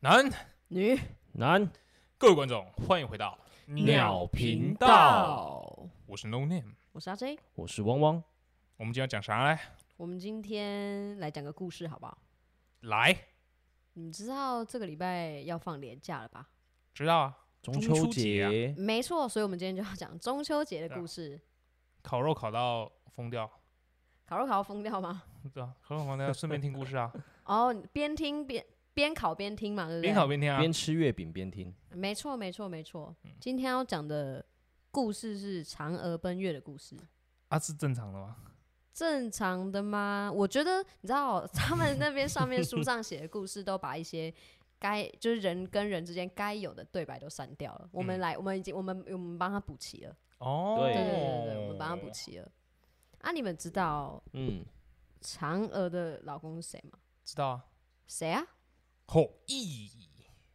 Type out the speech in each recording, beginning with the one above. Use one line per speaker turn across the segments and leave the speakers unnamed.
男，
女
男
各位观众，欢迎回到
鸟频
道，，我是 No Name。
我是阿 J。
我是汪汪，
我们今天要讲啥嘞？
我们今天来讲个故事好不好？
来，
你们知道这个礼拜要放年假了吧？
知道啊，
中
中秋
秋
节啊
节
没错，所以我们今天就要讲中秋节的故事。
烤肉烤到疯掉，
烤肉烤到疯掉吗？
对啊，烤肉烤到顺便听故事 啊，
哦，边听边边烤边听嘛，对不对？
边烤边听啊。
边吃月饼边听，
没错，没错，没错。今天要讲的故事是嫦娥奔月的故事。
啊，是正常的吗？
正常的吗？我觉得你知道，他们那边上面书上写的故事都把一些该就是人跟人之间该有的对白都删掉了。我们
嗯
来，我们已经我们我们帮他补齐了。
哦，
对
对对对对，我们帮他补齐了。啊，你们知道
嗯，
嫦娥的老公是谁吗？
知道啊。
谁啊？
后羿，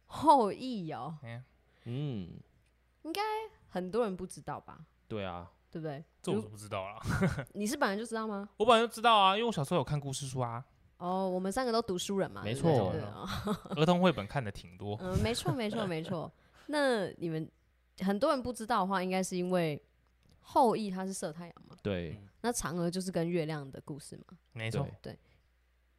后羿哦，
嗯，
很多人不知道吧？
对啊，
对不对？
这我就不知道了。
你是本来就知道吗？
我本来就知道啊，因为我小时候有看故事书啊，
哦，我们三个都读书人嘛，
没
对不对
错
对啊
儿童绘本看的挺多。
嗯，没错，没错，没错。那你们很多人不知道的话，应该是因为后羿他是射太阳嘛，
对
那嫦娥就是跟月亮的故事嘛，
嗯没错
对，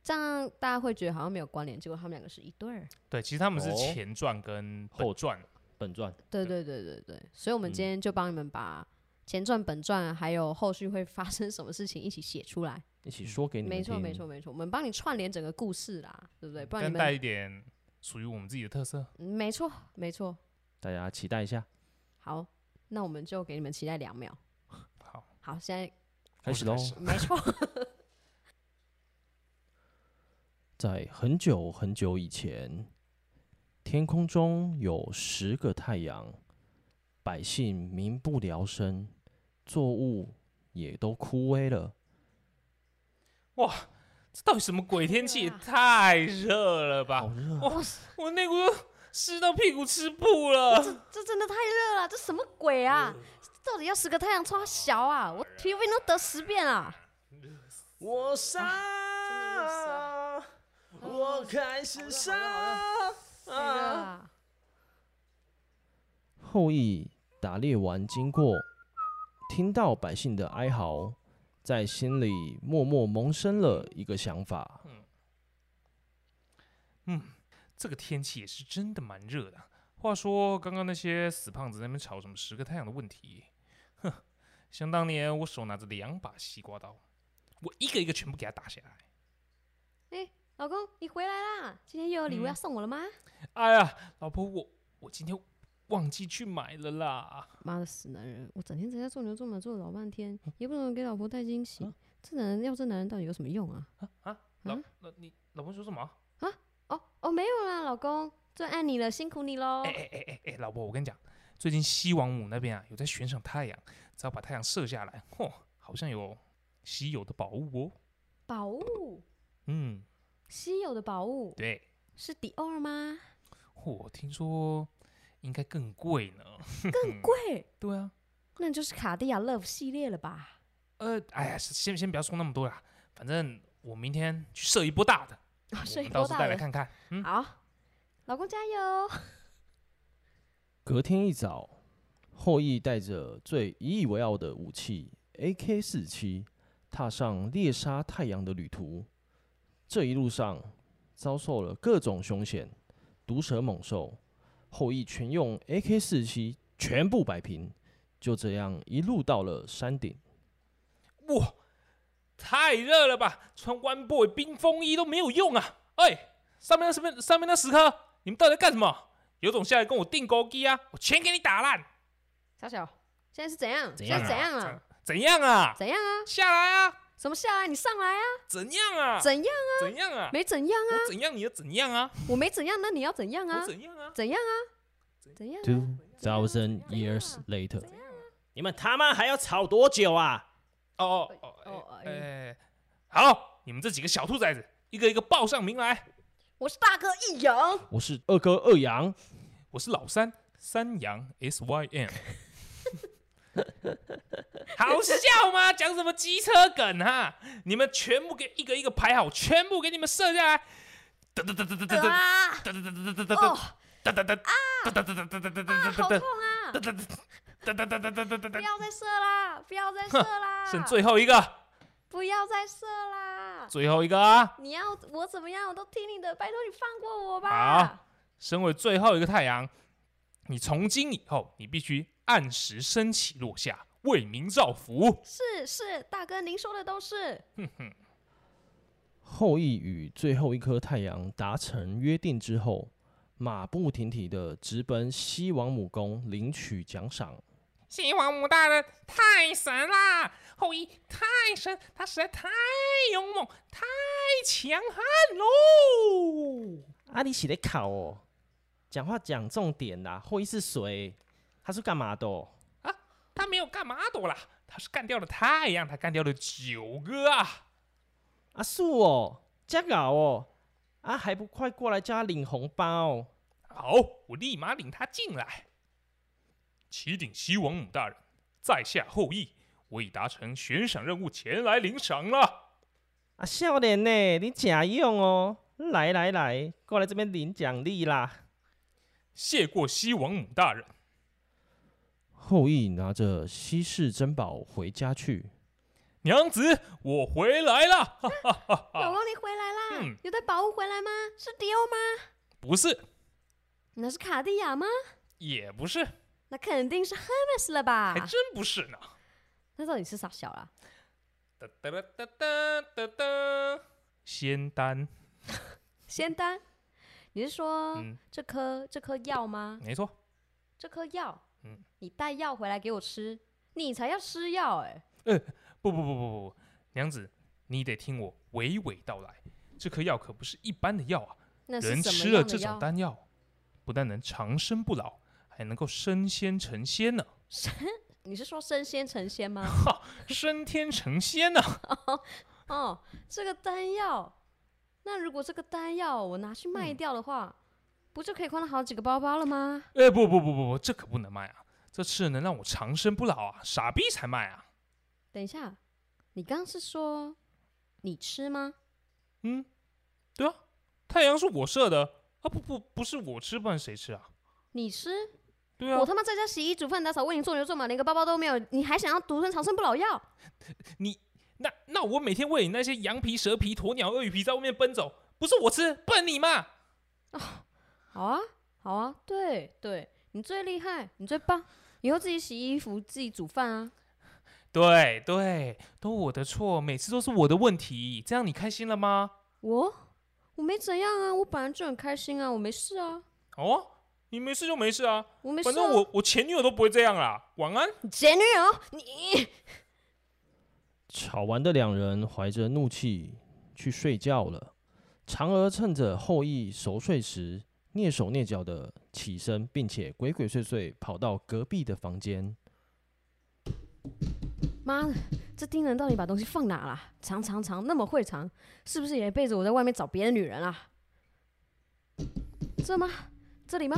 这样大家会觉得好像没有关联，结果他们两个是一对儿。
对，其实他们是
哦
前传跟后
后
哦
传。
本传
对对对对对，所以我们今天就帮你们把前传、本传还有后续会发生什么事情一起写出来。
嗯
一起说给你们
没错，
听
没错，，没错，我们帮你串联整个故事啦，对不对？不然
但
你
带
们
一点属于我们自己的特色。
嗯没错，没错。
大家期待一下，
好，那我们就给你们期待两秒。
好，
好，现在
开始喽。
没错，
在很久很久以前，天空中有十个太阳，百姓民不聊生，作物也都枯萎了。
这到底什么鬼天气？也
对啊
太热啊了吧！我我内裤都湿到屁股吃布了。
这真的太热了，这什么鬼啊？
嗯
到底要十个太阳超小啊？我体育运动得十遍啊！
我傻，我开始
啊
傻。
太热了，
后羿打猎完经过，听到百姓的哀嚎，在心里默默萌生了一个想法：
这个天气也是真的蛮热的。话说，刚刚那些死胖子在那边吵什么十个太阳的问题，哼，想当年我手拿着两把西瓜刀，我一个一个全部给他打下来。
老公，你回来啦！今天又有礼
嗯
物要送我了吗？
哎呀，老婆，我我今天忘记去买了啦。
妈的，死男人！我整天在家做牛做马做了老半天，
嗯
也不能给老婆带惊喜。这男人要这男人到底有什么用啊？
老
啊，
那你老婆说什么？
哦哦，没有啦，老公，最爱你了，辛苦你喽
哎！哎哎哎哎，老婆，我跟你讲，最近西王母那边啊有在悬赏太阳，只要把太阳射下来，嚯，好像有稀有的宝物哦。
宝物，
嗯，
稀有的宝物，
对，
是迪奥吗？
我听说应该更贵呢。
更贵，
对啊，
那就是卡地亚 Love 系列了吧？
呃，哎呀，先先不要说那么多啦，反正我明天去射一波大的，
啊，
我
所以
们到
多
时候
大
再来
了？
看看。嗯，
好，老公加油！
隔天一早，后羿带着最引以为傲的武器 AK 四七，踏上猎杀太阳的旅途。这一路上遭受了各种凶险，毒蛇猛兽，后羿全用 AK 四七全部摆平，就这样一路到了山顶。
哇，太热了吧，穿 One Boy 冰风衣都没有用啊！哎，上面那上面上面那十颗，你们到底在干什么？有种下来跟我订钩机啊，我全给你打烂！
小小，现在是怎样？
怎
现
样
在
啊
怎样啊？
怎样啊？
怎样啊？
下来啊！
什么下来？你上来啊？
怎样啊？
怎样？
怎样啊？
没怎样啊？
我怎样你就怎样啊？
我没怎样，那你要怎样啊
我？怎样啊？
怎样啊？怎样啊？啊
Two thousand years later，你们他妈还要吵多久啊？
哦哦哦
哦
哦！
哎
哎，好，你们这几个小兔崽子，一个一个报上名来。
我是大哥易阳，
我是二哥二阳，
我是老三，三羊 S Y M。好笑吗？讲什么机车梗哈、你们全部给一个一个排好，全部给你们射下来，噔噔噔噔噔噔
啊
噔
啊！
噔噔噔噔噔噔
哦，
噔噔噔噔噔噔噔噔噔噔
好
噔
痛
噔
啊！
噔噔噔噔噔噔噔
不
噔，
要再射啦！不要再 射啦！
剩最后一个，
不要再射啦！
最后一个啊！
你要我怎么样，我都听你的，拜托你放过我
好
吧。
身为最后一个太阳，你从今以后，你必须按时升起落下，为民造福。
是是，大哥，您说的都是。
后羿与最后一颗太阳达成约定之后，马不停蹄的直奔西王母宫领取奖赏。
西王母大人太神啦！后羿太神，他实在太勇猛、太强悍喽！
阿里写的考哦，讲话讲重点啊啦。后羿是谁？他是干嘛的哦？
他没有干嘛多啦，他是干掉了太阳，他干掉了九个啊！
阿树哦，加搞哦，啊还不快过来叫他领红包？
好，我立马领他进来。启禀西王母大人，在下后羿，我已达成悬赏任务，前来领赏了。
啊，少年呢，你假用哦，来来来，过来这边领奖励啦。
谢过西王母大人。
后羿拿着稀世珍宝回家去。
娘子，我回来了。哈
老公，你回来啦！
啊嗯
有带宝物回来吗？是迪欧吗？
不是，
那是卡地亚吗？
也不是，
那肯定是 Hermes 了吧
还？真不是呢。
那到底是啥小啊啦？
哒哒哒哒哒哒哒，仙丹，
仙丹？你是说、
嗯，
这颗这颗药吗？
没错，
这颗药，
嗯
你带药回来给我吃，你才要吃药哎、
不不不不不，娘子，你得听我娓娓道来。这颗药可不是一般的药啊，
那是
人
什么
吃了
样的
这种
药？
丹药，不但能长生不老，还能够升仙成仙呢，
你是说升仙成仙吗？
升天成仙呢。
哦，这个丹药，那如果这个丹药我拿去
嗯
卖掉的话，不就可以换了好几个包包了吗？
哎，不不不不不，这可不能卖啊！这吃了能让我长生不老啊，傻逼才卖啊！
等一下，你刚是说你吃吗？
嗯，对啊，太阳是我射的啊，不不不是我吃，不然谁吃啊？
你吃？
对啊
我，他妈在家洗衣煮饭打扫为你做牛做马，连个包包都没有，你还想要独吞长生不老药？
那那我每天喂你那些羊皮、蛇皮、鸵鸟、鳄鱼皮在外面奔走，不是我吃，笨你嘛！
好啊，好啊，对对，你最厉害，你最棒，以后自己洗衣服，自己煮饭啊。
对对，都我的错，每次都是我的问题，这样你开心了吗？
我我没怎样啊，我本来就很开心啊，我没事啊，
哦，你没事就没事啊，
我没事、啊。
反正我我前女友都不会这样啦。晚安。
前女友，你
吵完的两人怀着怒气去睡觉了。嫦娥趁着后羿熟睡时，蹑手蹑脚的起身，并且鬼鬼祟祟跑到隔壁的房间。
妈的，这丁人到底把东西放哪了？藏藏藏，那么会藏，是不是也背着我在外面找别的女人啊？这吗？这里吗？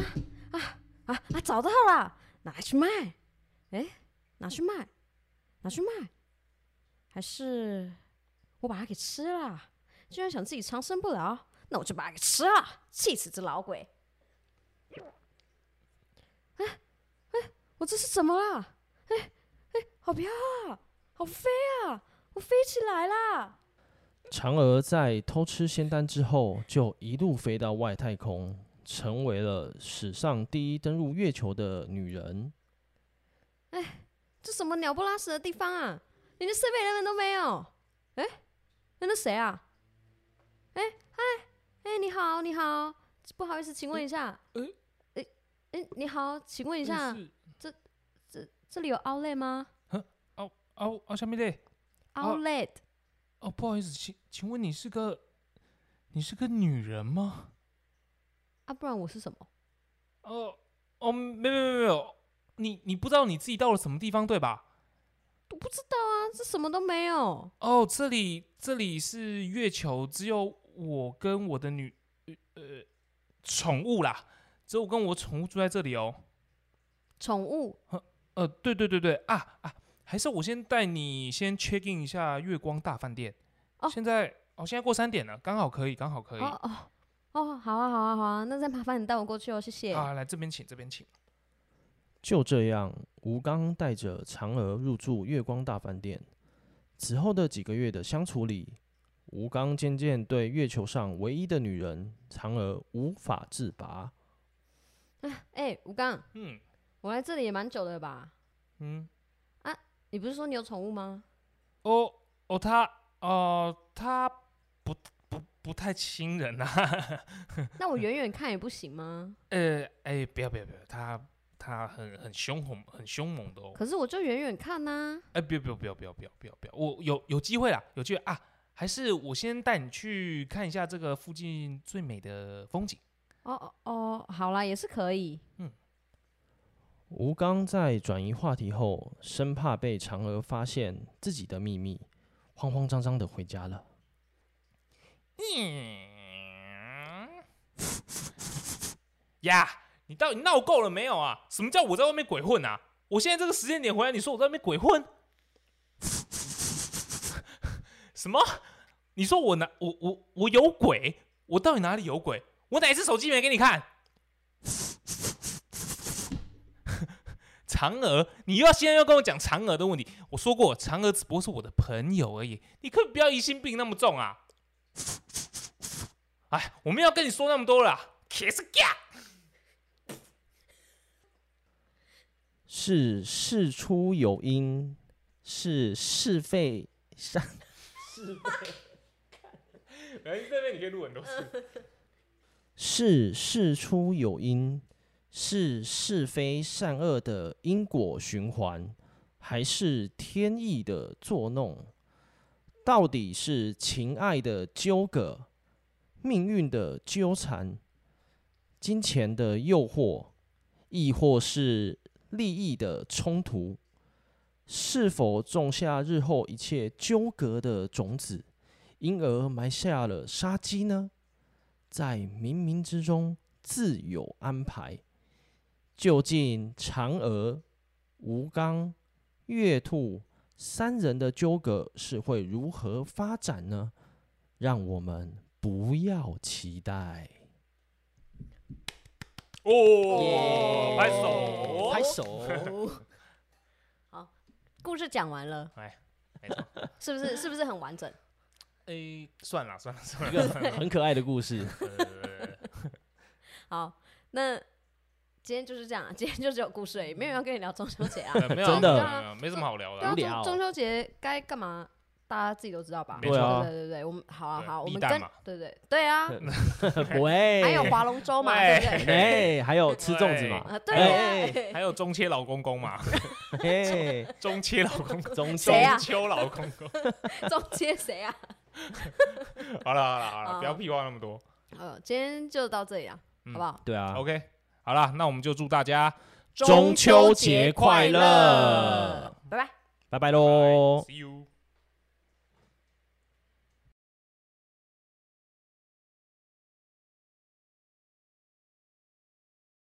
啊啊啊！找到了，拿去卖。哎，拿去卖，拿去卖，还是我把它给吃了？居然想自己长生不老，那我就把它给吃了，气死这老鬼！哎哎，我这是怎么了？哎哎，好飘啊，好飞啊，我飞起来啦！
嫦娥在偷吃仙丹之后，就一路飞到外太空，成为了史上第一登陆月球的女人。
这什么鸟不拉屎的地方啊？连个设备人们都没有。哎，那那谁啊？哎，嗨，哎，你好，你好，不好意思，请问一下，
嗯
哎，哎，你好，请问一
等啊
下，这里有 outlet 吗
哦哦，小妹妹，哦
？outlet，
哦，不好意思，请请问你是个你是个女人吗？
啊，不然我是什么？
哦哦，没有没有没有，你你不知道你自己到了什么地方对吧？
我不知道啊，这什么都没有。
哦，这里这里是月球，只有我跟我的女呃宠物啦，只有我跟我宠物住在这里哦。
宠物，
呃，对对对对啊啊，还是我先带你先 check in 一下月光大饭店。
哦
现在哦，现在过三点了，刚好可以，刚好可以。
哦哦哦，好啊，好啊，好啊，那再麻烦你带我过去哦，谢谢。
啊，来这边请，这边请。
就这样，吴刚带着嫦娥入住月光大饭店。此后的几个月的相处里，吴刚渐渐对月球上唯一的女人嫦娥无法自拔。
哎、吴刚，
嗯
我来这里也蛮久的吧？
嗯，
你不是说你有宠物吗？
哦哦，他哦、他不不不太亲人呐、啊。
那我远远看也不行吗？
呃，哎，不要不要不要，他他很很凶猛，很凶猛的哦。
可是我就远远看呐、
哎，不要不要不要不要不要不要不要，我有有机会啦，有机会啊！还是我先带你去看一下这个附近最美的风景。
哦哦哦，好啦，也是可以。
吴刚在转移话题后，生怕被嫦娥发现自己的秘密，慌慌张张的回家了。
嗯呀，你到底闹够了没有啊？什么叫我在外面鬼混啊？我现在这个时间点回来，你说我在外面鬼混？什么？你说我哪我我我有鬼？我到底哪里有鬼？我哪一只手机没给你看？嫦娥，你又要现在要跟我讲嫦娥的问题？我说过，嫦娥只不过是我的朋友而已，你可不可以不要疑心病那么重啊！哎，我们要跟你说那么多了啊，k i s s
是事出有因，是是非善。
哎，这边你可以录很多次。
是事出有因，是是非善恶的因果循环，还是天意的作弄？到底是情爱的纠葛，命运的纠缠，金钱的诱惑，亦或是利益的冲突？是否种下日后一切纠葛的种子，因而埋下了杀机呢？在冥冥之中自有安排。究竟嫦娥、吴刚、月兔三人的纠葛是会如何发展呢？让我们不要期待。
哦，拍手，
拍手！
好，故事讲完了，
哎，没错。
是不是？是不是很完整？
哎，算了算了算
一
了。
个很可爱的故事。
呃
好，那今天就是这样，今天就只有故事而已，没有人要跟你聊中秋节啊。
呃没有啊，
真的
没有啊没有啊没什么好聊的
对
啊
啊，
无聊
中中秋节该干嘛？大家自己都知道吧？
没
错啊
对对对对，我们好啊
对
好，我
立
们
蛋
跟
嘛
对对对啊，
喂，
还有划龙舟嘛，
喂
对不对？
哎，还有吃粽子嘛？
啊，对
哎
啊
还，有中切老公公嘛，
嘿，
中切老公公，
中秋
谁啊
中秋老公公。
中间谁啊？
好了好了好了，
哦
不要屁话那么多。
呃，今天就到这里啊，
嗯
好不好？
对啊，
OK，好了，那我们就祝大家
中秋节快乐
拜拜。
拜拜喽。
See you。